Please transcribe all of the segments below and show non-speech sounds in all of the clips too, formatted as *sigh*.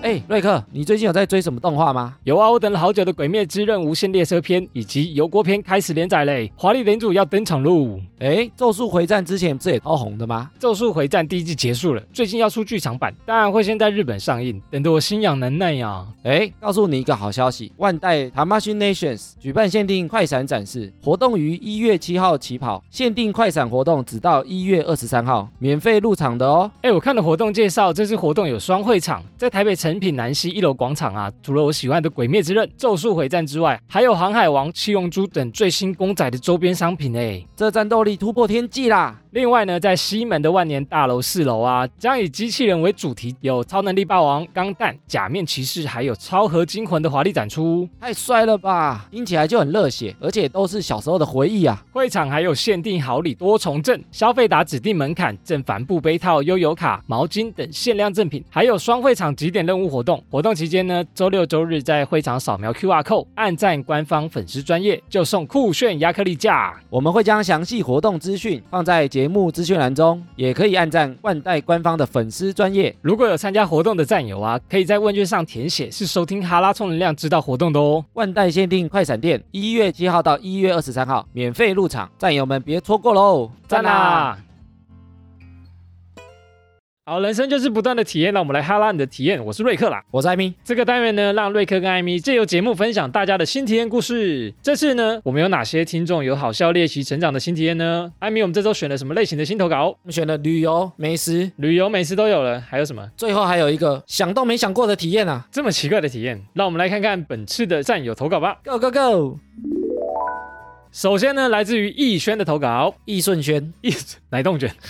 哎、瑞克，你最近有在追什么动画吗？有啊，我等了好久的《鬼灭之刃》无限列车篇以及油锅篇开始连载嘞，华丽领主要登场喽！哎、咒术回战》之前不是也超红的吗？ 《咒术回战》第一季结束了，最近要出剧场版，当然会先在日本上映，等得我心痒难耐啊呀、哎、告诉你一个好消息，万代 Tamashii Nations 举办限定快闪展示活动，于一月七号起跑，限定快闪活动只到一月二十三号，免费入场的哦。哎，我看了活动介绍，这次活动有双会场，在台北诚品南西一楼广场啊。除了我喜欢的《鬼灭之刃》《咒术回战》之外，还有《航海王》《七龙珠》等最新公仔的周边商品哎。这战斗力突破天际啦！另外呢，在西门的万年大楼四楼啊，将以机器人为主题，有超能力霸王、钢弹、假面骑士，还有超合金魂的华丽展出。太帅了吧，听起来就很热血，而且都是小时候的回忆啊！会场还有限定好礼多重赠、消费达指定门槛赠帆布杯套、悠游卡、毛巾等限量赠品，还有双会场几点任务活动。活动期间呢，周六周日在会场扫描 QR code，按赞官方粉丝专业就送酷炫亚克力架。我们会将详细活动资讯放在节目资讯栏中，也可以按赞万代官方的粉丝专业。如果有参加活动的战友啊，可以在问卷上填写是收听哈拉充能量知道活动的哦。万代限定快闪店，一月七号到一月二十三号免费入场，战友们别错过喽！啊赞！啦！好，人生就是不断的体验，让我们来哈拉你的体验。我是瑞克啦。我是艾米，这个单元呢，让瑞克跟艾米借由节目分享大家的新体验故事。这次呢，我们有哪些听众有好笑、练习、成长的新体验呢？艾米，我们这周选了什么类型的新投稿？我们选了旅游、美食，旅游、美食都有了，还有什么最后还有一个想都没想过的体验啊这么奇怪的体验？让我们来看看本次的战友投稿吧。 ！Go Go Go！首先呢，来自于逸轩的投稿，易顺轩，一奶冻卷， *laughs*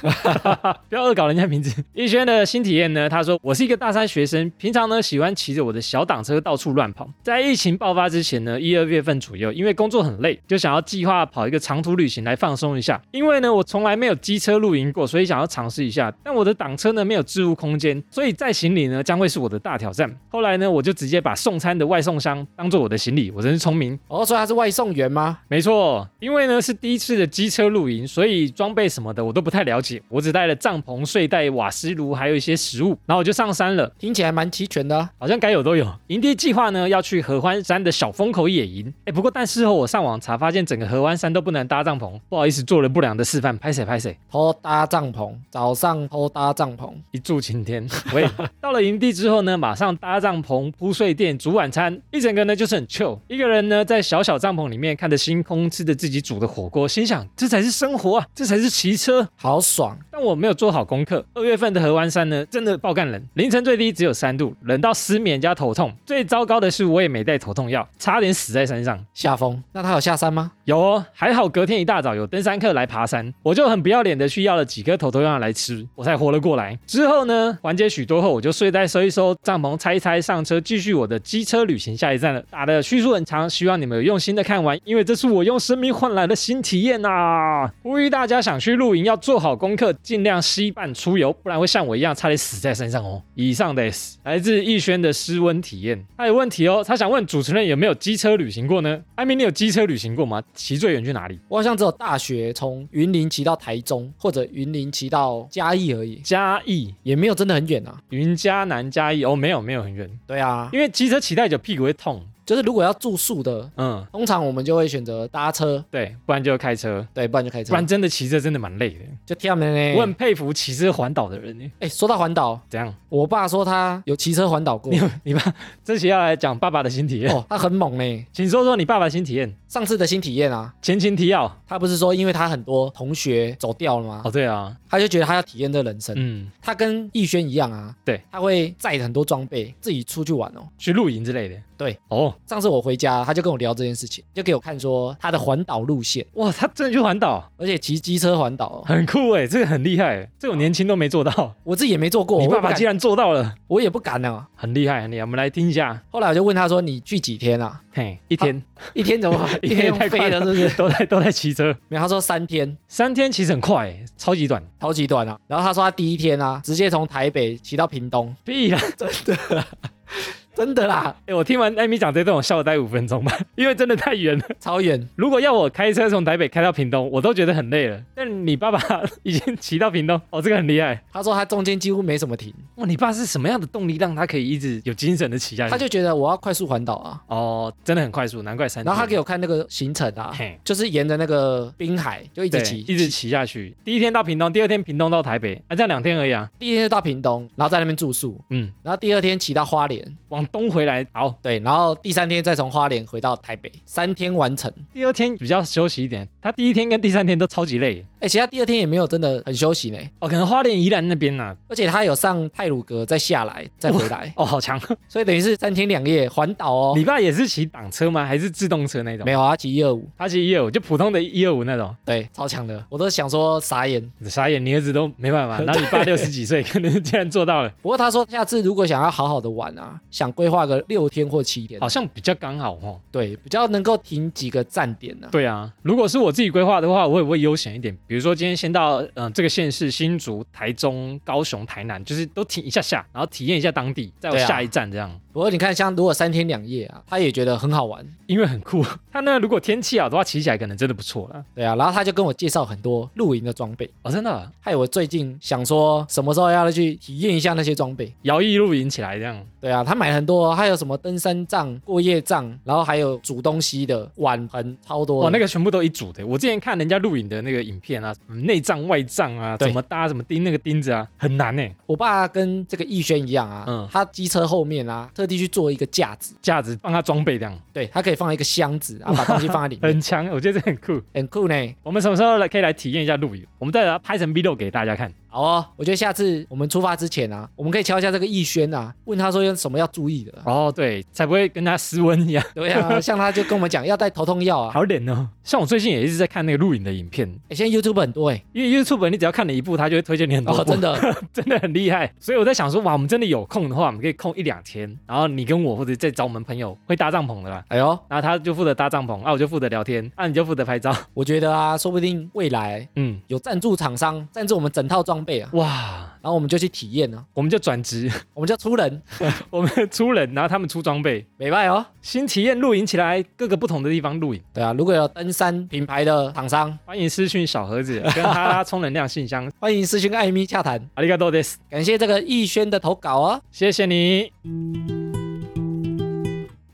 不要恶搞人家名字。逸轩的新体验呢，他说我是一个大三学生，平常呢喜欢骑着我的小挡车到处乱跑。在疫情爆发之前呢，一二月份左右，因为工作很累，就想要计划跑一个长途旅行来放松一下。因为呢我从来没有机车露营过，所以想要尝试一下。但我的挡车呢没有置物空间，所以在行李呢将会是我的大挑战。后来呢我就直接把送餐的外送箱当做我的行李，我真是聪明，哦，所以他是外送员吗？没错，因为呢是第一次的机车露营，所以装备什么的我都不太了解。我只带了帐篷、睡袋、瓦斯炉，还有一些食物，然后我就上山了，听起来蛮齐全的、啊。好像该有都有。营地计划呢要去合欢山的小风口野营，哎，不过但事后我上网查发现，整个合欢山都不能搭帐篷，不好意思做了不良的示范，拍谁拍谁。偷搭帐篷，早上偷搭帐篷，一柱擎天。喂，到了营地之后呢，马上搭帐篷、铺睡垫、煮晚餐，一整个呢就是很 chill。一个人呢在小小帐篷里面看着星空，吃着自己煮的火锅，心想这才是生活啊，这才是骑车。好爽！但我没有做好功课，二月份的合湾山呢真的爆干冷，凌晨最低只有三度，冷到失眠加头痛。最糟糕的是我也没带头痛药，差点死在山上。下风，那他有下山吗？有哦，还好隔天一大早有登山客来爬山，我就很不要脸的去要了几颗头头药来吃，我才活了过来。之后呢，缓解许多后，我就睡袋收一收，帐篷拆一拆，上车继续我的机车旅行。下一站了，打的叙述很长，希望你们有用心的看完，因为这是我用生命换来的新体验啊！呼吁大家想去露营要做好功课，尽量惜伴出游，不然会像我一样差点死在山上哦。以上的 S 来自逸轩的失温体验，他有问题哦，他想问主持人有没有机车旅行过呢？艾米，你有机车旅行过吗？骑最远去哪里？我好像只有大学从云林骑到台中，或者云林骑到嘉义而已，嘉义、也没有真的很远啊。云嘉南、嘉义哦，没有没有很远，对啊，因为机车骑太久屁股会痛。就是如果要住宿的，嗯，通常我们就会选择搭车，对，不然就开车，对，不然就开车，不然真的骑车真的蛮累的。就跳呢呢。我很佩服骑车环岛的人耶，欸哎、说到环岛，怎样？我爸说他有骑车环岛 *laughs* 过，你爸这期要来讲爸爸的新体验，哦，他很猛呢。请说说你爸爸的新体验。上次的新体验啊，前情提要，他不是说因为他很多同学走掉了吗？哦对啊，他就觉得他要体验这人生。嗯，他跟逸轩一样啊，对，他会载很多装备自己出去玩哦。去露营之类的。对，哦，上次我回家，他就跟我聊这件事情，就给我看说他的环岛路线，哇，他真的去环岛，而且骑机车环岛、哦， *laughs* 很酷哎，这个很厉害，这我年轻都没做到，我自己也没做过，你我也爸不爸敢竟然做到了，我也不敢啊。哦很厉害，很厉害。我们来听一下，后来我就问他说：“你去几天啊？嘿，一天一天怎么 *laughs* 啊玩一天用太快飞的，是不是都在都在骑车，？”没有，他说三天，三天其实很快耶，超级短。超级短啊。然后他说他第一天啊，直接从台北骑到屏东，屁啦，真的啦， *laughs* 哎、我听完艾米讲这段，我笑了大概五分钟吧， *laughs* 因为真的太远了。超远。如果要我开车从台北开到屏东，我都觉得很累了。但你爸爸已经骑到屏东，哦，这个很厉害。他说他中间几乎没什么停，哇，你爸是什么样的动力让他可以一直有精神的骑下去？他就觉得我要快速环岛啊。哦，真的很快速，难怪三天。然后他给我看那个行程啊哎嘿，就是沿着那个滨海就一对直骑，一直骑下去。第一天到屏东，第二天屏东到台北，啊，这样两天而已啊。第一天就到屏东，然后在那边住宿，嗯，然后第二天骑到花莲，往东回来，好，对，然后第三天再从花莲回到台北，三天完成。第二天比较休息一点。他第一天跟第三天都超级累。哎，其实他第二天也没有真的很休息呢，哦，可能花莲宜兰那边呐、而且他有上泰鲁阁再下来再回来，哦，好强！所以等于是三天两夜环岛哦你。爸也是骑挡车吗？还是自动车那种？没有啊，骑一二五，他骑一二五，就普通的一二五那种。对，超强的，我都想说傻眼。傻眼，你儿子都没 *laughs* 办法。然后你爸六十几岁，可能竟然做到了，不过他说下次如果想要好好的玩啊，想规划个六天或七天好，像比较刚好哦。对，比较能够停几个站点呢、啊。对啊，如果是我自己规划的话，我也会优先一点。比如说今天先到嗯、呃这个县市新竹、台中、高雄、台南，就是都停一下下，然后体验一下当地，再有对啊下一站这样。不过你看，像如果三天两夜啊，他也觉得很好玩，因为很酷，他那如果天气啊好的话，骑起来可能真的不错啦。对啊。然后他就跟我介绍很多露营的装备，哦，真的啊害我最近想说什么时候要去体验一下那些装备。摇曳露营起来这样，对啊，他买很多，还有什么登山杖、过夜杖，然后还有煮东西的碗盆，超多的。哇，那个全部都一组的。我之前看人家露营的那个影片啊，嗯内帐、外帐啊，对怎么搭、怎么钉那个钉子啊，很难呢、我爸跟这个逸轩一样啊，嗯他机车后面啊，特地去做一个架子，架子放他装备这样，对，他可以放一个箱子啊，把东西放在里面， *laughs* 很强，我觉得这很酷。很酷呢。我们什么时候来可以来体验一下露营？我们再来拍成 vlog 给大家看。好哦，我觉得下次我们出发之前啊，我们可以敲一下这个逸轩啊，问他说有什么要注意的。啊哦，对，才不会跟他失温一样，对啊，像他就跟我们讲要带头痛药啊，好冷哦。像我最近也一直在看那个露营的影片，诶现在 YouTube 很多哎、因为 YouTube 你只要看了一部，他就会推荐你很多部，哦，真的， *laughs* 真的很厉害。所以我在想说，哇，我们真的有空的话，我们可以空一两天，然后你跟我或者再找我们朋友会搭帐篷的啦。哎呦，然后他就负责搭帐篷，啊，我就负责聊天，啊，你就负责拍照。我觉得啊，说不定未来嗯，有赞助厂商赞助我们整套装备啊，哇，然后我们就去体验啊，我们就转职， *laughs* 我们就出人，我们出人，然后他们出装备，美拜哦。新体验露营起来，各个不同的地方露营。对啊，如果有登山品牌的厂商，欢迎私讯小盒子跟哈拉充能量信箱。 *laughs* 欢迎私讯跟艾米洽谈。阿里嘎多です，感谢这个逸轩的投稿哦。谢谢你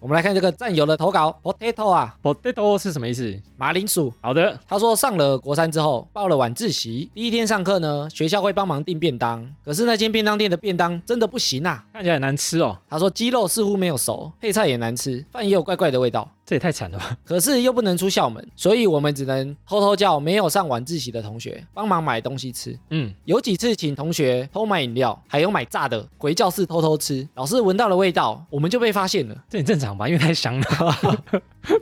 我们来看这个战友的投稿，potato 啊， ，potato 是什么意思？马铃薯。好的，他说上了国三之后报了晚自习，第一天上课呢，学校会帮忙订便当，可是那间便当店的便当真的不行啊。看起来很难吃哦，他说鸡肉似乎没有熟，配菜也难吃，饭也有怪怪的味道。这也太惨了吧！可是又不能出校门，所以我们只能偷偷叫没有上晚自习的同学帮忙买东西吃。嗯，有几次请同学偷买饮料，还有买炸的，回教室偷偷吃。老师闻到了味道，我们就被发现了。这很正常吧，因为太香了， *laughs*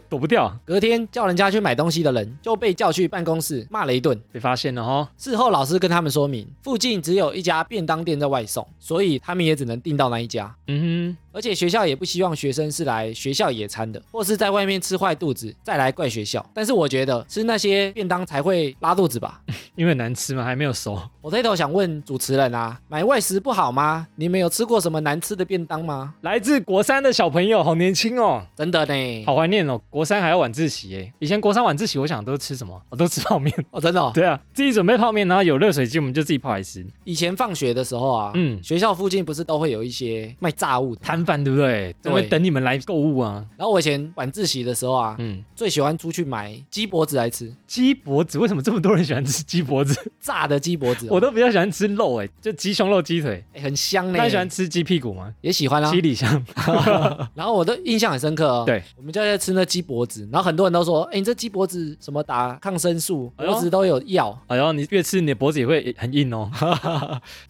躲不掉，隔天叫人家去买东西的人就被叫去办公室骂了一顿。被发现了哦。事后老师跟他们说明，附近只有一家便当店在外送，所以他们也只能订到那一家。嗯而且学校也不希望学生是来学校野餐的，或是在外面吃坏肚子再来怪学校。但是我觉得吃那些便当才会拉肚子吧。哼，因为难吃嘛，还没有熟。我这头想问主持人啊，买外食不好吗？你们有吃过什么难吃的便当吗？来自国三的小朋友，好年轻哦，真的呢，好怀念哦。国三还要晚自习耶，以前国三晚自习，我想都吃什么？我都吃泡面。哦，真的、哦。 *laughs* 对啊，自己准备泡面，然后有热水器，我们就自己泡来吃。以前放学的时候啊，嗯学校附近不是都会有一些卖炸物的。摊贩对不对？对都会等你们来购物啊。然后我以前晚自习的时候啊，嗯，最喜欢出去买鸡脖子来吃，鸡脖子为什么这么多人喜欢吃鸡脖子？炸的鸡脖子哦、 *laughs* 我都比较喜欢吃肉哎，就鸡胸肉、鸡腿。哎很香呢。那你喜欢吃鸡屁股吗？也喜欢啊七。里 *laughs* 香，然后我都印象很深刻哦。对，我们就在吃那鸡脖子，然后很多人都说，哎，你这鸡脖子什么打抗生素，哎呦脖子都有药，哎呦，你越吃你的脖子也会很硬 *laughs* 哦。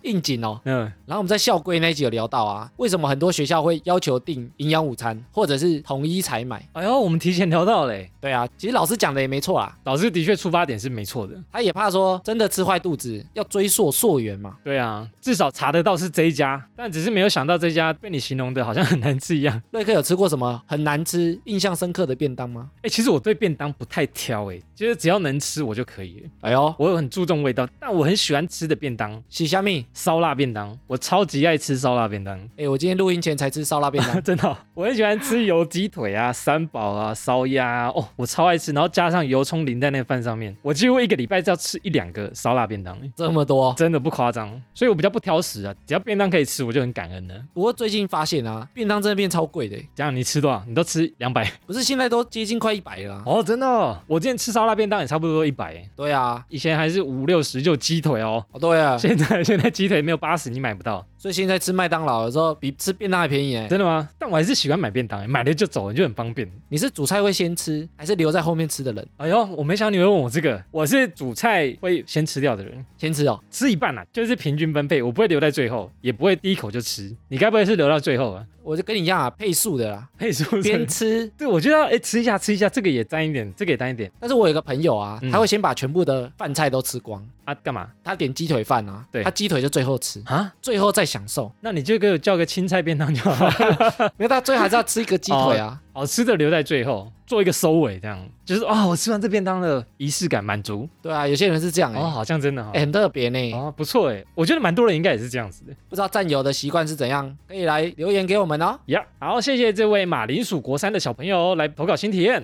应景哦。嗯，然后我们在校规那一集有聊到啊，为什么很多学校会要求订营养午餐，或者是统一采买？哎、哎呦，我们提前聊到嘞、对啊，其实老师讲的也没错啦，老师的确出发点是没错的。他也怕说真的吃坏肚子，要追溯溯源嘛。对啊，至少查得到是这一家，但只是没有想到这家被你形容的好像很难吃一样。 *laughs* 瑞克有吃过什么很难吃、印象深刻的便当吗？哎、其实我对便当不太挑、哎，其实只要能吃我就可以了。哎呦，我很注重味道，但我很喜欢吃的便当，喜虾米，烧腊便当，我超级爱吃烧腊便当。，哎，我今天录音前才吃烧腊便当 *laughs* 真的哦、我很喜欢吃油鸡腿啊、三宝啊、烧鸭啊、哦，我超爱吃，然后加上油葱淋在那个饭上面，我几乎一个礼拜就要吃一两个烧腊便当，欸这么多。真的不夸张。所以我比较不挑食啊，只要便当可以吃，我就很感恩了。不过最近发现啊，便当真的变超贵的，这样你吃多少？你都吃两百不是现在都接近快一百了啊、哦，真的哦、我之前吃烧腊便当也差不多一百，对啊，以前还是五六十就有鸡腿 *laughs* 哦。哦对啊，现在现在鸡腿没有八十，你买不到，所以现在吃麦当劳的时候比吃便当还便宜哎。真的吗？但我还是喜欢买便当欸，买了就走，你就很方便。你是煮菜会先吃，还是留在后面吃的人？哎呦，我没想到你会问我这个，我是煮菜会先吃掉的人，先吃哦，吃一半啦、就是平均分配，我不会留在最后，也不会第一口就吃。你该不会是留到最后啊？我就跟你一样啊，配速的啦，配是不边 *laughs* 是？吃。对，我就要哎吃一下吃一下，这个也沾一点，这个也沾一点但是我有个朋友啊，嗯他会先把全部的饭菜都吃光，啊，干嘛他点鸡腿饭啊，对他鸡腿就最后吃，啊？最后再享 *laughs* 受。那你就给我叫个青菜便当就好 *laughs* 了，没有，他最后还是要吃一个鸡腿啊。好吃的留在最后，做一个收尾，这样就是啊、我吃完这便当的仪式感满足对啊，有些人是这样哎、哦，好像真的哈、哎很特别呢、哦，不错哎，我觉得蛮多人应该也是这样子的。不知道战友的习惯是怎样，可以来留言给我们哦。呀、好，谢谢这位马铃薯国三的小朋友来投稿新体验。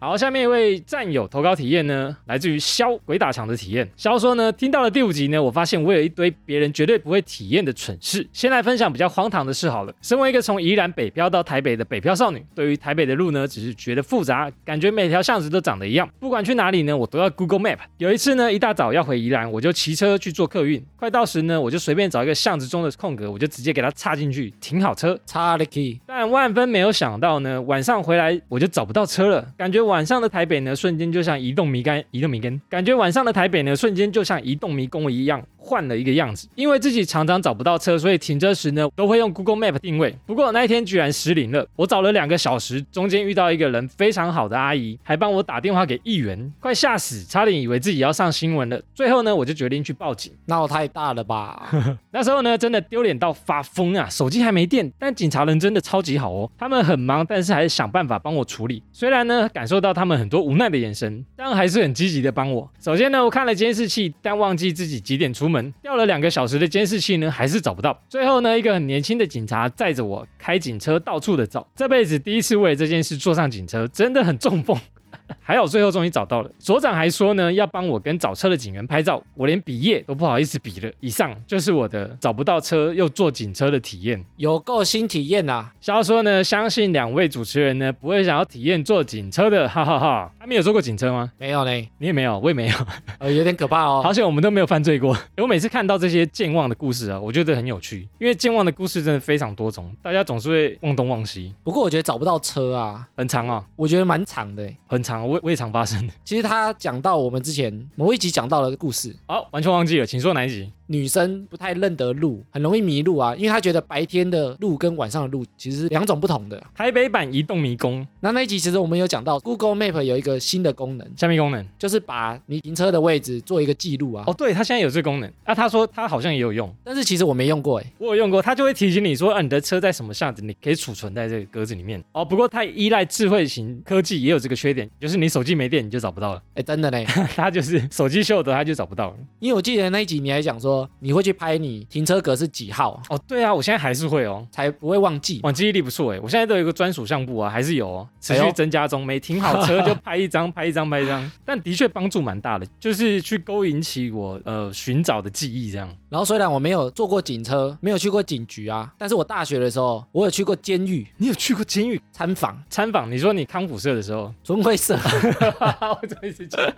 好，下面一位战友投稿体验呢，来自于肖鬼打墙的体验。肖说呢，听到了第五集呢，我发现我有一堆别人绝对不会体验的蠢事。先来分享比较荒唐的事好了。身为一个从宜兰北漂到台北的北漂少女，对于台北的路呢，只是觉得复杂，感觉每条巷子都长得一样，不管去哪里呢，我都要 Google Map。有一次呢，一大早要回宜兰，我就骑车去做客运，快到时呢，我就随便找一个巷子中的空格，我就直接给它插进去，停好车，查理 key，但万分没有想到呢，晚上回来我就找不到车了。感觉晚上的台北呢，瞬间就像移动迷杆，移动迷根。感觉晚上的台北呢，瞬间就像移动迷宫一样，换了一个样子。因为自己常常找不到车，所以停车时呢，都会用 Google Map 定位。不过我那一天居然失灵了，我找了两个小时，中间遇到一个人非常好的阿姨，还帮我打电话给议员，快吓死，差点以为自己要上新闻了。最后呢，我就决定去报警。闹太大了吧？那时候呢，真的丢脸到发疯啊！手机还没电，但警察人真的超级好哦，他们很忙，但是还是想办法帮我处理。虽然呢，感受到他们很多无奈的眼神，但还是很积极的帮我。首先呢，我看了监视器，但忘记自己几点出门，调了两个小时的监视器呢，还是找不到。最后呢，一个很年轻的警察载着我开警车到处的找，这辈子第一次为了这件事坐上警车，真的很中风。还好最后终于找到了。所长还说呢，要帮我跟找车的警员拍照，我连比耶都不好意思比了。以上就是我的找不到车又坐警车的体验。有够新体验啊！肖说呢，相信两位主持人呢不会想要体验坐警车的，哈哈哈他们有坐过警车吗？没有呢，你也没有，我也没有，呃，有点可怕哦。好险我们都没有犯罪过。我每次看到这些健忘的故事啊，我觉得很有趣，因为健忘的故事真的非常多种，大家总是会忘东忘西，不过我觉得找不到车啊，很长啊，我觉得蛮长的欸。很长，我也我也常发生。其实他讲到我们之前某一集讲到的故事，好、完全忘记了，请说哪一集？女生不太认得路，很容易迷路啊，因为她觉得白天的路跟晚上的路其实是两种不同的。台北版移动迷宫，那那一集其实我们有讲到，Google Map 有一个新的功能，下面功能。就是把你停车的位置做一个记录啊。哦，对，它现在有这功能啊。他说他好像也有用，但是其实我没用过哎，我有用过，它就会提醒你说，啊，你的车在什么巷子，你可以储存在这个格子里面。哦，不过太依赖智慧型科技也有这个缺点，就是你手机没电你就找不到了， *laughs* 哎真的呢，它就是手机秀的，它就找不到了。因为我记得那一集你还讲说你会去拍你停车格是几号，哦，对啊，我现在还是会哦。才不会忘记。哇，记忆力不错哎！我现在都有一个专属相簿啊，还是有、哦、持哎续呦增加中。每停好车就拍一 *laughs* 张，拍一张，拍一张。但的确帮助蛮大的，就是去勾引起我呃寻找的记忆这样。然后虽然我没有坐过警车，没有去过警局啊，但是我大学的时候我有去过监狱你有去过监狱参访、参访？你说你康复社的时候，春晖社， *laughs* 我怎么一直讲？ *laughs*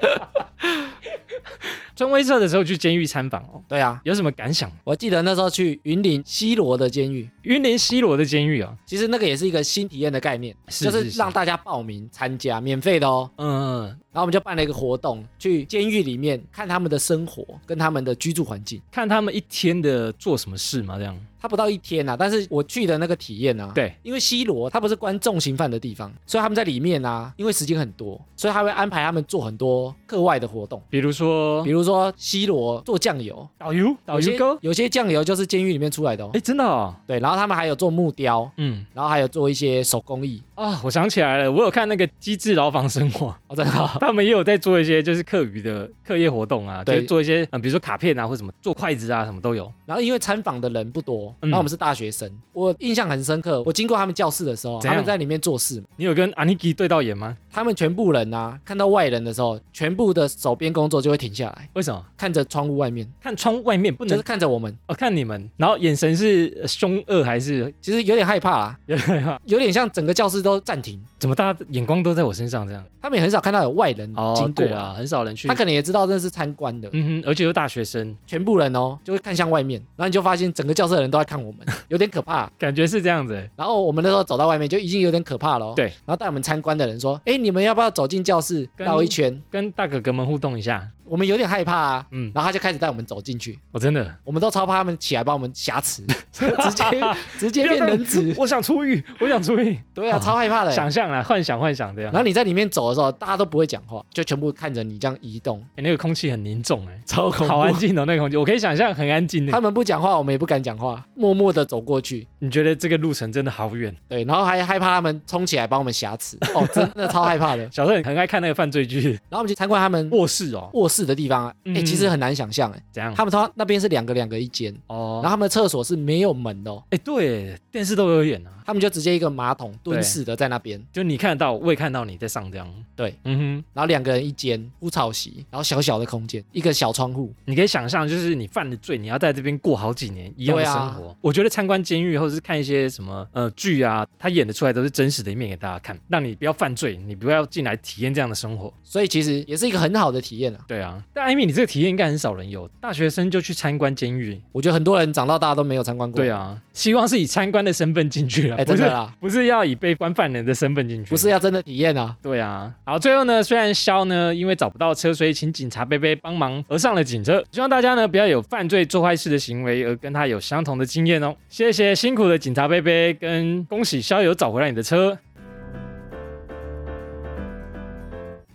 春威社的时候去监狱参访哦，对啊，有什么感想？我记得那时候去云林西罗的监狱，云林西罗的监狱啊，其实那个也是一个新体验的概念，是就是是是让大家报名参加，免费的哦。嗯，然后我们就办了一个活动，去监狱里面看他们的生活跟他们的居住环境。看他们一天的做什么事嘛，这样。他不到一天啊，但是我去的那个体验啊，对，因为西罗它不是关重刑犯的地方，所以他们在里面啊，因为时间很多，所以他会安排他们做很多课外的活动，比如说比如说西罗做酱油，导游，导游哥有些，有些酱油就是监狱里面出来的哦哎，。真的哦，对，然后他们还有做木雕，嗯然后还有做一些手工艺。啊，我想起来了，我有看那个《机智牢房生活》。哦，真的哦、 *laughs* *laughs* 他们也有在做一些就是课余的课业活动啊，就对是做一些嗯、呃比如说卡片啊或什么，做筷子啊什么都有。然后因为参访的人不多，嗯然后我们是大学生，我印象很深刻。我经过他们教室的时候，怎他样们在里面做事嘛，你有跟阿尼基对到眼吗？他们全部人啊，看到外人的时候，全部的手边工作就会停下来，为什么？看着窗户外面，看窗外面不就能、是看着我们，哦，看你们，然后眼神是呃凶恶还是其实有点害怕啊，有点像整个教室都暂停， *laughs* 怎么？大家眼光都在我身上这样？他们也很少看到有外人嗯经过对。啊，很少人去他。可能也知道这是参观的，嗯哼，而且又大学生，全部人哦就会看向外面，然后你就发现整个教室的人都在看我们， *laughs* 有点可怕。感觉是这样子欸。然后我们那时候走到外面就已经有点可怕了、哦对，然后带我们参观的人说：“哎，你们要不要走进教室跟绕一圈跟大哥哥们互动一下，？”我们有点害怕啊。嗯，然后他就开始带我们走进去，我真的，。我们都超怕他们起来把我们挟持， *laughs* 直接直接变人质 *laughs* 我想出狱，我想出狱，对啊，超害怕的。想象啊，幻想幻想这样然。后你在里面走的时候，大家都不会讲话，就全部看着你这样移动，哎、那个空气很凝重哎、超好安静哦，那个空气，我可以想象很安静的。他们不讲话，我们也不敢讲话，默默的走过去。你觉得这个路程真的好远？对，然后还害怕他们冲起来把我们挟持，哦，真的超害怕的。小时候很爱看那个犯罪剧，然后我们去参观他们卧室哦，卧室的地方啊，哎、嗯其实很难想象，哎，怎样？他们他那边是两个两个一间，哦然后，他们的厕所是没有门的、哦，哎，对，电视都有演啊，他们就直接一个马桶蹲式的在那边，就你看得到，我也看到你在上这样。对，嗯然后两个人一间铺草席，然后小小的空间，一个小窗户哼，，你可以想象，就是你犯了罪，你要在这边过好几年一样的对生啊活。我觉得参观监狱或者是看一些什么呃剧啊，他演的出来都是真实的一面给大家看，让你不要犯罪，你不要进来体验这样的生活。所以其实也是一个很好的体验啊。对啊，但艾米，你这个体验应该很少人有，大学生就去参观监狱。我觉得很多人长到大家都没有参观过，对，啊，希望是以参观的身份进去啊，哎，不真是的啦，不是要以被关犯人的身份进去，不是要真的体验啊，对啊，好，最后呢，虽然肖呢因为找不到车，所以请警察贝贝帮忙而上了警车，希望大家呢不要有犯罪做坏事的行为，而跟他有相同的经验哦。谢谢辛苦的警察贝贝，跟恭喜肖友找回来你的车。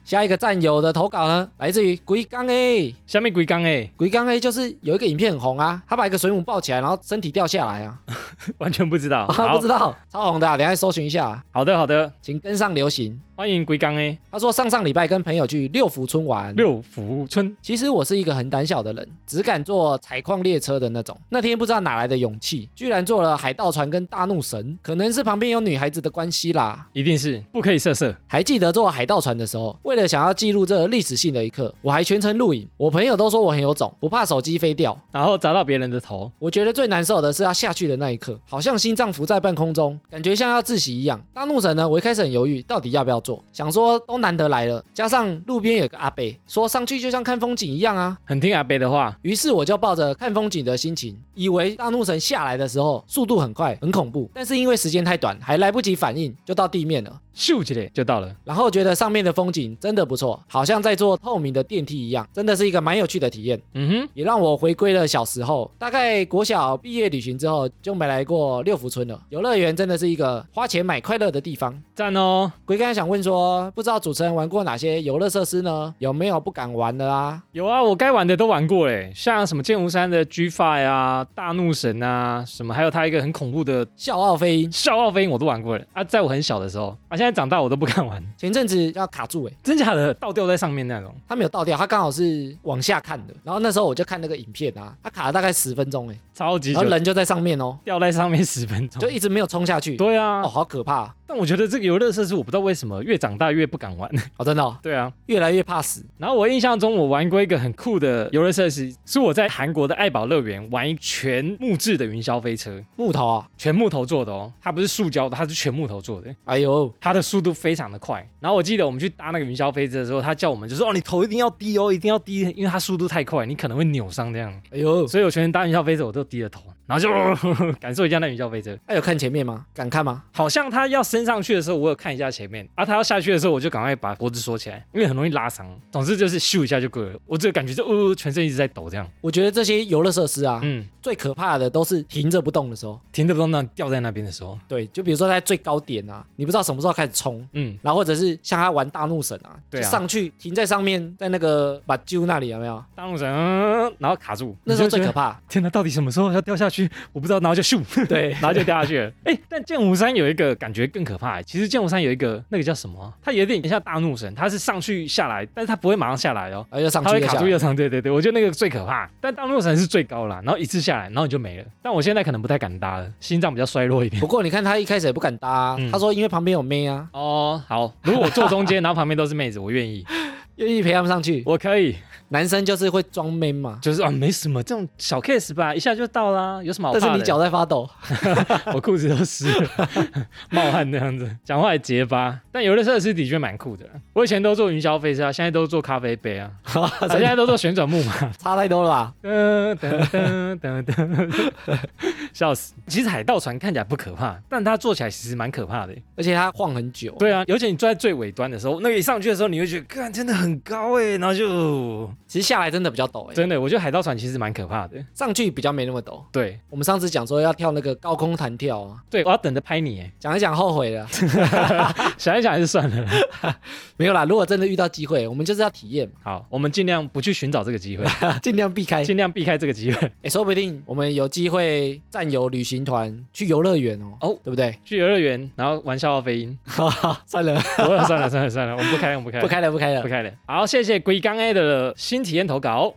下一个战友的投稿呢，来自于鬼刚 A。下面鬼刚哎，鬼刚 A 就是有一个影片很红啊，他把一个水母抱起来，然后身体掉下来啊， *laughs* 完全不知道。啊好 *laughs* 不知道，超红的、啊，等一下搜寻一下、啊，好的好的，请跟上流行。欢迎鬼刚哎，他说上上礼拜跟朋友去六福村玩，六福村其实我是一个很胆小的人，只敢坐采矿列车的那种。那天不知道哪来的勇气，居然坐了海盗船跟大怒神，可能是旁边有女孩子的关系啦。一定是不可以色色，还记得坐海盗船的时候，为了想要记录这历史性的一刻，我还全程录影。我朋友都说我很有种，不怕手机飞掉。然后砸到别人的头，我觉得最难受的是要下去的那一刻，好像心脏浮在半空中，感觉像要窒息一样。大怒神呢，我一开始很犹豫，到底要不要做，想说都难得来了，加上路边有个阿伯说上去就像看风景一样啊，很听阿贝的话，于是我就抱着看风景的心情，以为大怒神下来的时候速度很快，很恐怖，但是因为时间太短，还来不及反应，就到地面了。咻起来就到了。然后觉得上面的风景真的不错，好像在坐透明的电梯一样，真的是一个蛮有趣的体验。嗯哼，也让我回归了小时候。大概国小毕业旅行之后，就没来过六福村了。游乐园真的是一个花钱买快乐的地方。赞哦。龟刚想问说，不知道主持人玩过哪些游乐设施呢？有没有不敢玩的啊？有啊，我该玩的都玩过嘞，像什么剑湖山的 G Five 啊、大怒神啊，什么还有他一个很恐怖的 *laughs* 笑傲飞鹰，笑傲飞鹰，我都玩过了啊。在我很小的时候，啊，现在长大我都不敢玩， *laughs* 前阵子要卡住诶、欸，真假的倒吊在上面那种，它没有倒掉，它刚好是往下看的。然后那时候我就看那个影片啊，它卡了大概十分钟诶、欸超级然后久，人就在上面哦，吊在上面十分钟就。一直没有冲下去。对啊，哦，好可怕啊但我觉得这个游乐设施，我不知道为什么越长大越不敢玩。 *laughs* 哦，真的、哦、对啊，越来越怕死。然后我印象中我玩过一个很酷的游乐设施，是我在韩国的爱宝乐园玩一全木质的云霄飞车，木头啊，全木头做的哦，它不是塑胶的，它是全木头做的。哎呦，它的速度非常的快。然后我记得我们去搭那个云霄飞车的时候，他叫我们就说：“哦，你头一定要低哦，一定要低，因为它速度太快，你可能会扭伤这样。哎”呦，所以我全程搭云霄飞车我都低着头。然后就、嗯感受一下那云霄飞车。他有哎看前面吗？敢看吗？好像他要升上去的时候，我有看一下前面；啊，他要下去的时候，我就赶快把脖子缩起来，因为很容易拉伤。总之就是咻一下就过了，我这个感觉就呃，全身一直在抖这样。我觉得这些游乐设施啊，嗯，最可怕的都是停着不动的时候。停得不动，那掉在那边的时候，对，就比如说在最高点啊，你不知道什么时候开始冲，嗯，然后或者是像他玩大怒神啊，对啊就上去停在上面，在那个把揪那里有没有？大怒神，嗯然后卡住，那时候你就最觉可得。怕。天哪，到底什么时候要掉下去？我不知道，然后就咻， *laughs* 对然后就掉下去了。哎、但剑湖山有一个感觉更可怕、哎其实剑湖山有一个那个叫什么啊、它有点像大怒神，它是上去下来，但是它不会马上下来哦。然后又哎上它去会又卡下住来，又长，对对对，我觉得那个最可怕。但大怒神是最高啦，然后一次下来，然后你就没了。但我现在可能不太敢搭了，心脏比较衰弱一 *laughs* 点不。过你看他一开始也不敢搭、啊，嗯他说因为旁边有妹啊， *laughs* 哦，好，如果我坐中间，然后旁边都是妹子，我愿意，愿意陪他们上去。 *laughs* 我可以，男生就是会装 man 嘛，就是啊，没什么这种小 case 吧，一下就到啦，有什么好但是怕你的？脚在发抖。 *laughs* 我裤子都湿了， *laughs* 冒汗这样子，讲话也结巴。但游乐设施的确蛮酷的，我以前都坐云霄飞车啊，现在都坐咖啡杯 *laughs* 啊，我现在都坐旋转木 *laughs* 马，差太多了吧？噔噔噔噔，笑死。其实海盗船看起来不可怕，但它坐起来其实蛮可怕的。而且他晃很久。对啊，尤其你坐在最尾端的时候，那个一上去的时候，你会觉得，看真的很高哎，然后就其实下来真的比较陡哎、真的，我觉得海盗船其实蛮可怕的。上去比较没那么陡。对我们上次讲说要跳那个高空弹跳啊，对，我要等着拍你 *laughs* 哎，讲一讲后悔了，想一想还是算了。没有啦。如果真的遇到机会，我们就是要体验嘛，好，我们尽量不去寻找这个机会， *laughs* 尽量避开。尽量避开这个机会。哎，说不定我们有机会战友旅行团去游乐园哦，哦对不对？ *laughs* 去游乐园，然后玩笑话飞 *laughs* 鹰。 *laughs* 算 *laughs* 了，算了哦算了算了算了，我们不开，我们不开，不开了，不开不了。开了。好，谢谢龟缸 A 的新体验投稿。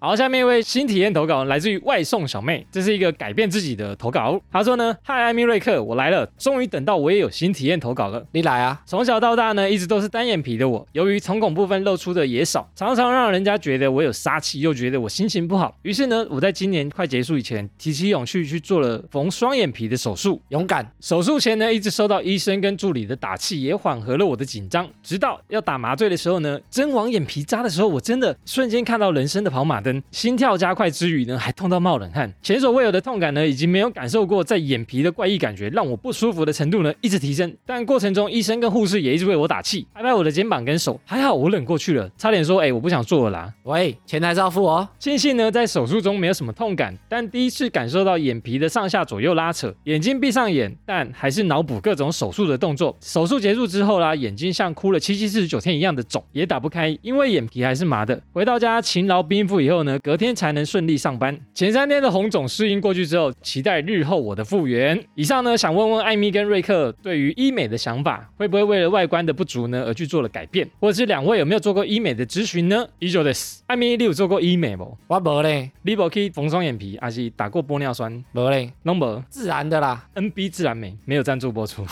好，下面一位新体验投稿来自于外送小妹，这是一个改变自己的投稿。她说呢：“嗨，艾米瑞克，我来了，终于等到我也有新体验投稿了。”你来啊，从小到大呢，一直都是单眼皮的我，由于瞳孔部分露出的也少，常常让人家觉得我有杀气，又觉得我心情不好。于是呢，我在今年快结束以前，提起勇气去做了缝双眼皮的手术。勇敢，手术前呢，一直收到医生跟助理的打气，也缓和了我的紧张。直到要打麻醉的时候呢，针往眼皮扎的时候，我真的瞬间看到人生的跑马灯，心跳加快之余呢，还痛到冒冷汗。前所未有的痛感呢，已经没有感受过，在眼皮的怪异感觉让我不舒服的程度呢，一直提升。但过程中，医生跟护士也一直为我打气，拍拍我的肩膀跟手，还好我忍过去了，差点说：“哎、我不想做了啦。”喂，钱还是要付哦。庆幸呢，在手术中没有什么痛感，但第一次感受到眼皮的上下左右拉扯，眼睛闭上眼，但还是脑补各种手术的动作。手术结束之后啦，眼睛像哭了七七四十九天一样的肿，也打不开，因为眼皮还是麻的。回到家勤劳冰敷以后呢，隔天才能顺利上班。前三天的红肿适应过去之后，期待日后我的复原。以上呢，想问问艾米跟瑞克对于医美的想法，会不会为了外观的不足呢而去做了改变，或者是两位有没有做过医美的咨询呢？依旧的，艾米，你有做过医美不？我没嘞，你无去缝双眼皮，还是打过玻尿酸没嘞， ？Number 自然的啦。 NB 自然美没有赞助播出，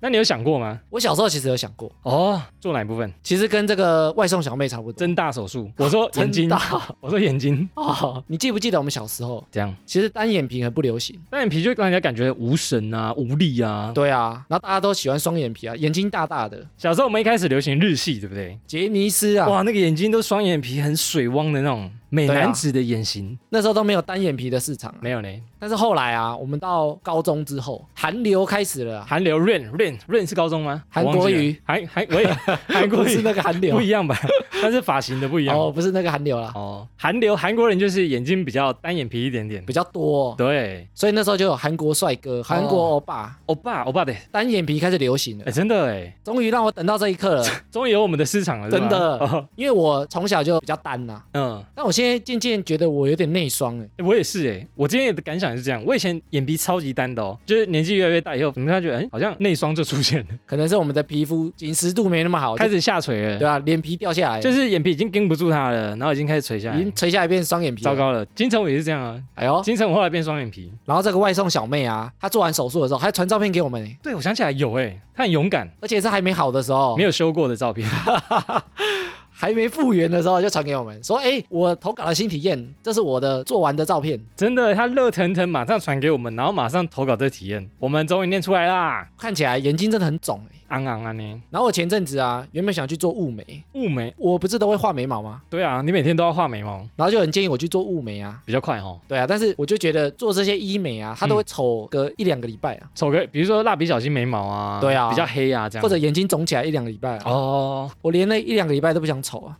那你有想过吗？我小时候其实有想过，哦，做哪一部分？其实跟这个外送小妹差不多。睁大手术？我说眼睛真大，我说眼睛哦，你记不记得我们小时候，这样，其实单眼皮很不流行。单眼皮就让人家感觉无神啊、无力啊。对啊，然后大家都喜欢双眼皮啊，眼睛大大的，小时候我们一开始流行日系，对不对？杰尼斯啊，哇，那个眼睛都双眼皮，很水汪的那种美男子的眼型。那时候都没有单眼皮的市场啊、没有嘞，但是后来啊，我们到高中之后，韩流开始了啊、韩流 Rain Rain Rain 是高中吗？韩国瑜我忘记了，韩 *laughs* 韩我也韩国不是瑜那个韩流不，一样吧？ *laughs* 但是发型的不一样。哦，不是那个韩流啦，哦，韩流韩国人就是眼睛比较单眼皮一点点。比较多、对，所以那时候就有韩国帅哦哥、韩国欧巴、欧巴欧巴的，哎、单眼皮开始流行了。真的哎，终于让我等到这一刻了， *laughs* 终于有我们的市场了，是吧真的哦因为我从小就比较单呐、嗯，但我现在渐渐觉得我有点内双哎，哎我也是哎，我今天的感想也是这样，我以前眼皮超级单的哦，就是年纪越来越大以后，你们发觉哎，好像内双就出现了，可能是我们的皮肤紧实度没那么好，开始始下垂了，对啊，脸皮掉下来，就是是眼皮已经跟不住它了，然后已经开始垂下已来经。垂下来变双眼皮，糟，糕了，金城武也是这样啊，哎呦，金城武后来变双眼皮。然后这个外送小妹啊，她做完手术的时候还传照片给我们、欸，对，我想起来有哎，他很勇敢，哦而且是还没好的时候，没有有修过的照片。还没复原的时候就传给我们，说：“哎、我投稿了新体验，这是我的做完的照片， *laughs* 真的，他热腾腾马上传给我们，然后马上投稿这体验，我们终于念出来啦！看起来眼睛真的很肿、欸。昂昂啊你，”然后我前阵子啊，原本想去做雾眉，雾眉，我不是都会画眉毛吗？对啊，你每天都要画眉毛，然后就很建议我去做雾眉啊，比较快哦。对啊，但是我就觉得做这些医美啊，它都会丑个一两个礼拜啊，丑个，比如说蜡笔小新眉毛啊，对啊比较黑啊这样，或者眼睛肿起来一两个礼拜啊，哦，我连那一两个礼拜都不想丑啊，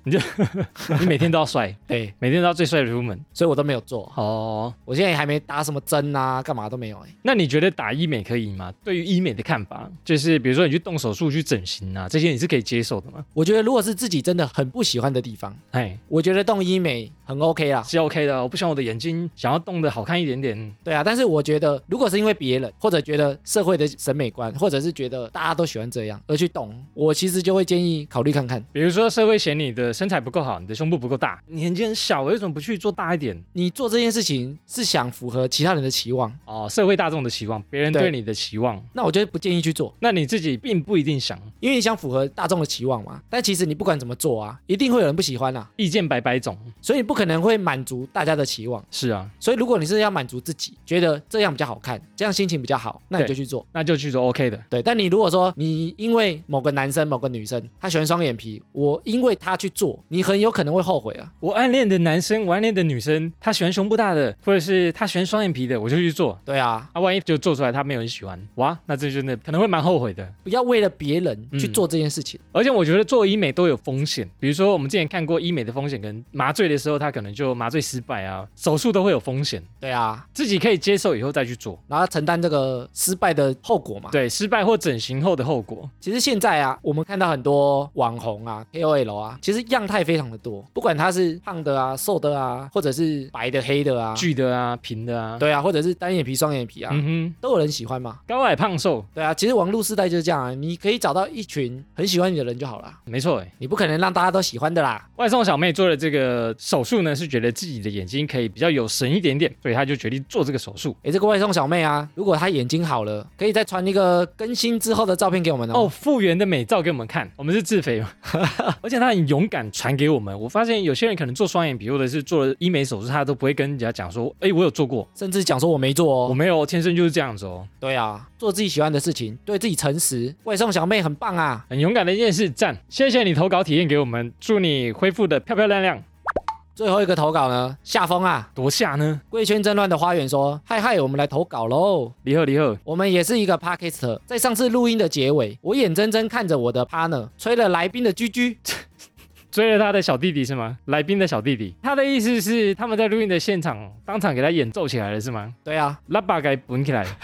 你每天都要帅，哎、每天都要最帅的出门。所以我都没有做，哦，我现在也还没打什么针啊，干嘛都没有、欸，那你觉得打医美可以吗？对于医美的看法，就是比如说你去动手术、去整形啊，这些你是可以接受的吗？我觉得如果是自己真的很不喜欢的地方，哎，我觉得动医美很 OK 啦。是 OK 的。我不喜欢我的眼睛，想要动的好看一点点。对啊，但是我觉得，如果是因为别人，或者觉得社会的审美观，或者是觉得大家都喜欢这样而去动，我其实就会建议考虑看看。比如说社会嫌你的身材不够好，你的胸部不够大，你眼睛很小，为什么不去做大一点？你做这件事情是想符合其他人的期望，哦，社会大众的期望，别人对对你的期望，那我就不建议去做，那你自己并不一定想，因为你想符合大众的期望嘛。但其实你不管怎么做啊，一定会有人不喜欢啊，意见百百种。所以你不可能会满足大家的期望。是啊，所以如果你是要满足自己，觉得这样比较好看，这样心情比较好，那你对就去做。那就去做 OK 的。对，但你如果说你因为某个男生、某个女生，他喜欢双眼皮，我因为他去做，你很有可能会后悔啊。我暗恋的男生，我暗恋的女生，他喜欢胸部大的，或者是他喜欢双眼皮的，我就去做。对啊，啊，万一就做出来他没有人喜欢，哇，那这就真的可能会蛮后悔的。不要为了别人去嗯做这件事情。而且我觉得做医美都有风险，比如说我们之前看过医美的风险，跟麻醉的时候他可能就麻醉失败啊，手术都会有风险，对啊，自己可以接受以后再去做。然后承担这个失败的后果嘛。，对，失败或整形后的后果，其实现在啊，我们看到很多网红啊、KOL 啊，其实样态非常的多，不管他是胖的啊、瘦的啊，或者是白的、黑的啊，巨的啊，平的啊，对啊，或者是单眼皮、双眼皮啊，嗯都有人喜欢嘛。哼，高矮胖瘦，对啊，其实网络时代就是这样啊，你可以找到一群很喜欢你的人就好啦，没错哎。你不可能让大家都喜欢的啦。外送小妹做了这个手术呢，是觉得自己的眼睛可以比较有神一点点，所以她就决定做这个手术。诶，这个外送小妹啊，如果她眼睛好了，可以再传一个更新之后的照片给我们哦，哦。复原的美照给我们看，我们是自肥 *laughs* 嘛，而且她很勇敢传给我们。我发现有些人可能做双眼皮或者是做了医美手术，她都不会跟人家讲说，哎，我有做过，甚至讲说我没做我哦。没有，天生就是这样子哦。对啊，做自己喜欢的事情，对自己诚实。外送小妹很棒啊！很勇敢的一件事，赞！谢谢你投稿体验给我们，祝你恢复的漂漂亮亮。最后一个投稿呢，夏风啊，多下呢？贵圈争乱的花园说：“嗨嗨，我们来投稿喽。”离后离后，我们也是一个 p a d k a s t 在上次录音的结尾，我眼睁睁看着我的 partner 吹了来宾的居居，追了他的小弟弟是吗？来宾的小弟弟，他的意思是他们在录音的现场当场给他演奏起来了是吗？对啊，拉把给滚起来， *laughs*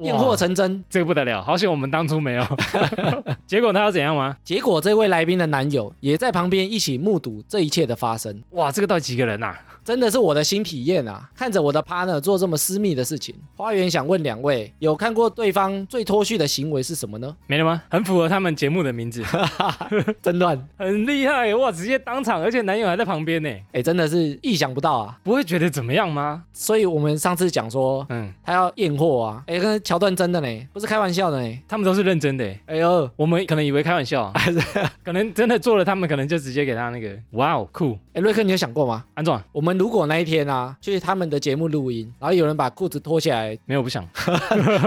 验货哇成真。这个不得了，好险我们当初没有。 *laughs* 结果他要怎样吗？结果这位来宾的男友也在旁边一起目睹这一切的发生，哇，这个到底几个人啊呐、真的是我的新体验啊！看着我的 partner 做这么私密的事情，花园想问两位，有看过对方最脱序的行为是什么 *laughs* 呢？没了吗？很符合他们节目的名字，真乱，很厉害哇！直接当场，而且男友还在旁边呢，哎，真的是意想不到啊！不会觉得怎么样吗？所以我们上次讲说嗯，他要验货啊，哎，跟桥段真的呢，不是开玩笑的呢。他们都是认真的耶。哎呦，我们可能以为开玩笑、啊，可能真的做了，他们可能就直接给他那个，哇哦，酷，哎，瑞克，你有想过吗？安总啊我们如果那一天啊去他们的节目录音，然后有人把裤子脱下来，没有不想，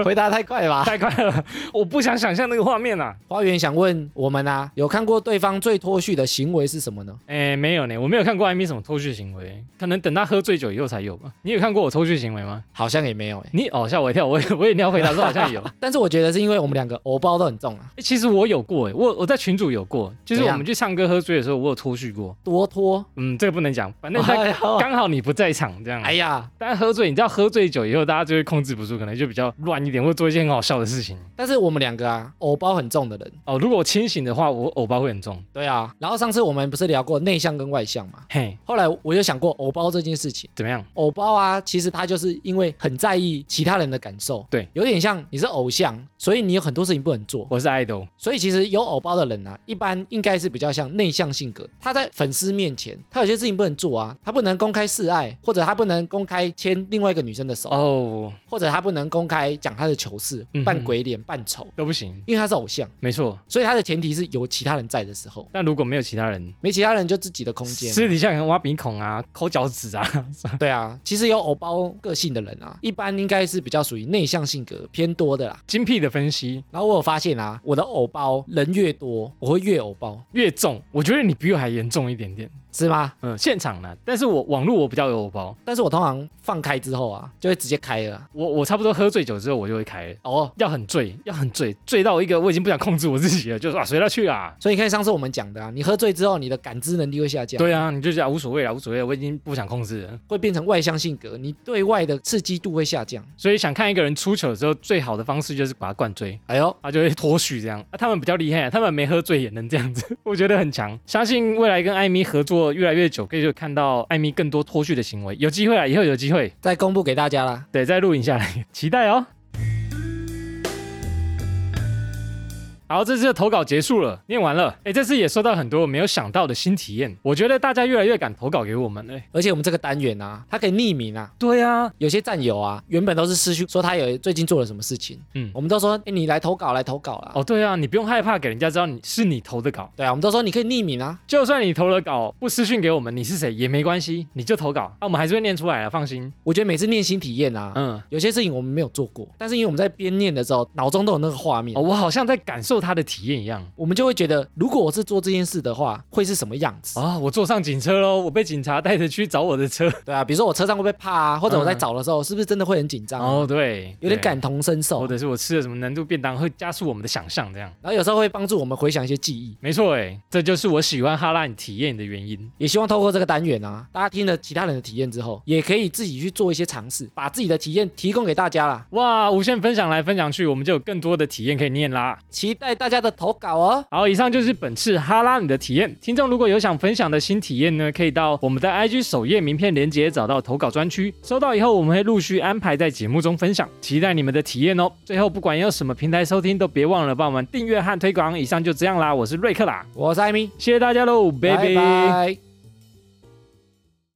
回答太快了吧？ *laughs* 太快了，我不想想象那个画面啊。花园想问我们啊，有看过对方最脱序的行为是什么呢？哎，没有呢，我没有看过艾米什么偷窃行为，可能等他喝醉酒以后才有吧。你有看过我偷窃行为吗？好像也没有哎、你哦，吓我一跳，我以我也你要 *laughs* 回答说好像有。但是我觉得是因为我们两个偶包都很重啊，欸其实我有过哎，我我在群主有过，就是怎我样们去唱歌喝醉的时候，我有脱序过。多脱。嗯，这个不能讲，反正他哎呦刚好你不在场这样。哎哎，呀，但喝醉，你知道喝醉酒以后，大家就会控制不住，可能就比较乱一点，或做一些很好笑的事情。但是我们两个啊，偶包很重的人，哦，如果我清醒的话，我偶包会很重。对啊。然后上次我们不是聊过内向跟外向嘛？嘿，后来我就想过偶包这件事情，怎么样？偶包啊，其实他就是因为很在意其他人的感受，对有有点像你是偶像，所以你有很多事情不能做。我是 idol，所以其实有偶包的人啊，一般应该是比较像内向性格。他在粉丝面前，他有些事情不能做啊，他不能公开示爱，或者他不能公开牵另外一个女生的手，哦，或者他不能公开讲他的糗事嗯哼，扮鬼脸、扮丑，都不行，因为他是偶像，没错。所以他的前提是有其他人在的时候，但如果没有其他人，没其他人就自己的空间。私底下可能挖鼻孔啊、抠脚趾啊， *laughs* *laughs* 对啊，其实有偶包个性的人啊，一般应该是比较属于内向性格偏多的啦。精辟的分析然后我有发现啊，我的偶包人越多，我会越偶包，越重，我觉得你比我还严重一点点。是吗？嗯，现场呢，但是我网络我比较有偶包，但是我通常放开之后啊，就会直接开了啊。我我差不多喝醉酒之后我就会开了。哦，要很醉，要很醉，醉到一个我已经不想控制我自己了，就是啊，随他去啦。所以你看上次我们讲的啊，你喝醉之后，你的感知能力会下降，，对啊，你就讲无所谓啦，无所谓啦，我已经不想控制了。会变成外向性格，你对外的刺激度会下降。所以想看一个人出糗的时候，最好的方式就是把他灌醉，哎呦，他就会脱序这样。啊，他们比较厉害，他们没喝醉也能这样子， *laughs* 我觉得很强。相信未来跟艾米合作越来越久，可以就看到艾米更多脱序的行为。有机会啊，以后有机会，再公布给大家啦。对，再录影下来，期待哦。好，这次的投稿结束了，念完了。哎，这次也收到很多我没有想到的新体验，我觉得大家越来越敢投稿给我们了。而且我们这个单元啊，它可以匿名啊。对啊，有些战友啊，原本都是私讯说他有最近做了什么事情，嗯我们都说、哎你来投稿来投稿啦。哦，对啊，你不用害怕给人家知道你是你投的稿，对啊，我们都说你可以匿名啊，就算你投了稿不私讯给我们，你是谁也没关系，你就投稿，啊，我们还是会念出来的，放心。我觉得每次念新体验啊，嗯，有些事情我们没有做过，但是因为我们在编念的时候，脑中都有那个画面，哦，我好像在感受他的体验一样。我们就会觉得，如果我是做这件事的话，会是什么样子？啊、我坐上警车喽，我被警察带着去找我的车。对啊，比如说我车上会不会怕啊，或者我在嗯找的时候，是不是真的会很紧张啊、哦，对，有点对。感同身受啊或。者是我吃了什么难度便当，会加速我们的想象，这样。然后有时候会帮助我们回想一些记忆，没错，哎，这就是我喜欢哈拉你体验的原因。也希望透过这个单元啊，大家听了其他人的体验之后，也可以自己去做一些尝试，把自己的体验提供给大家啦。哇，无限分享来分享去，我们就有更多的体验可以念啦。期待大家的投稿哦。好，以上就是本次哈拉你的体验。听众如果有想分享的新体验呢，可以到我们的 IG 首页名片连接找到投稿专区，收到以后我们会陆续安排在节目中分享，期待你们的体验哦。最后，不管用什么平台收听，都别忘了帮我们订阅和推广。以上就这样啦，我是瑞克啦，我是艾米，谢谢大家喽，拜拜。拜拜。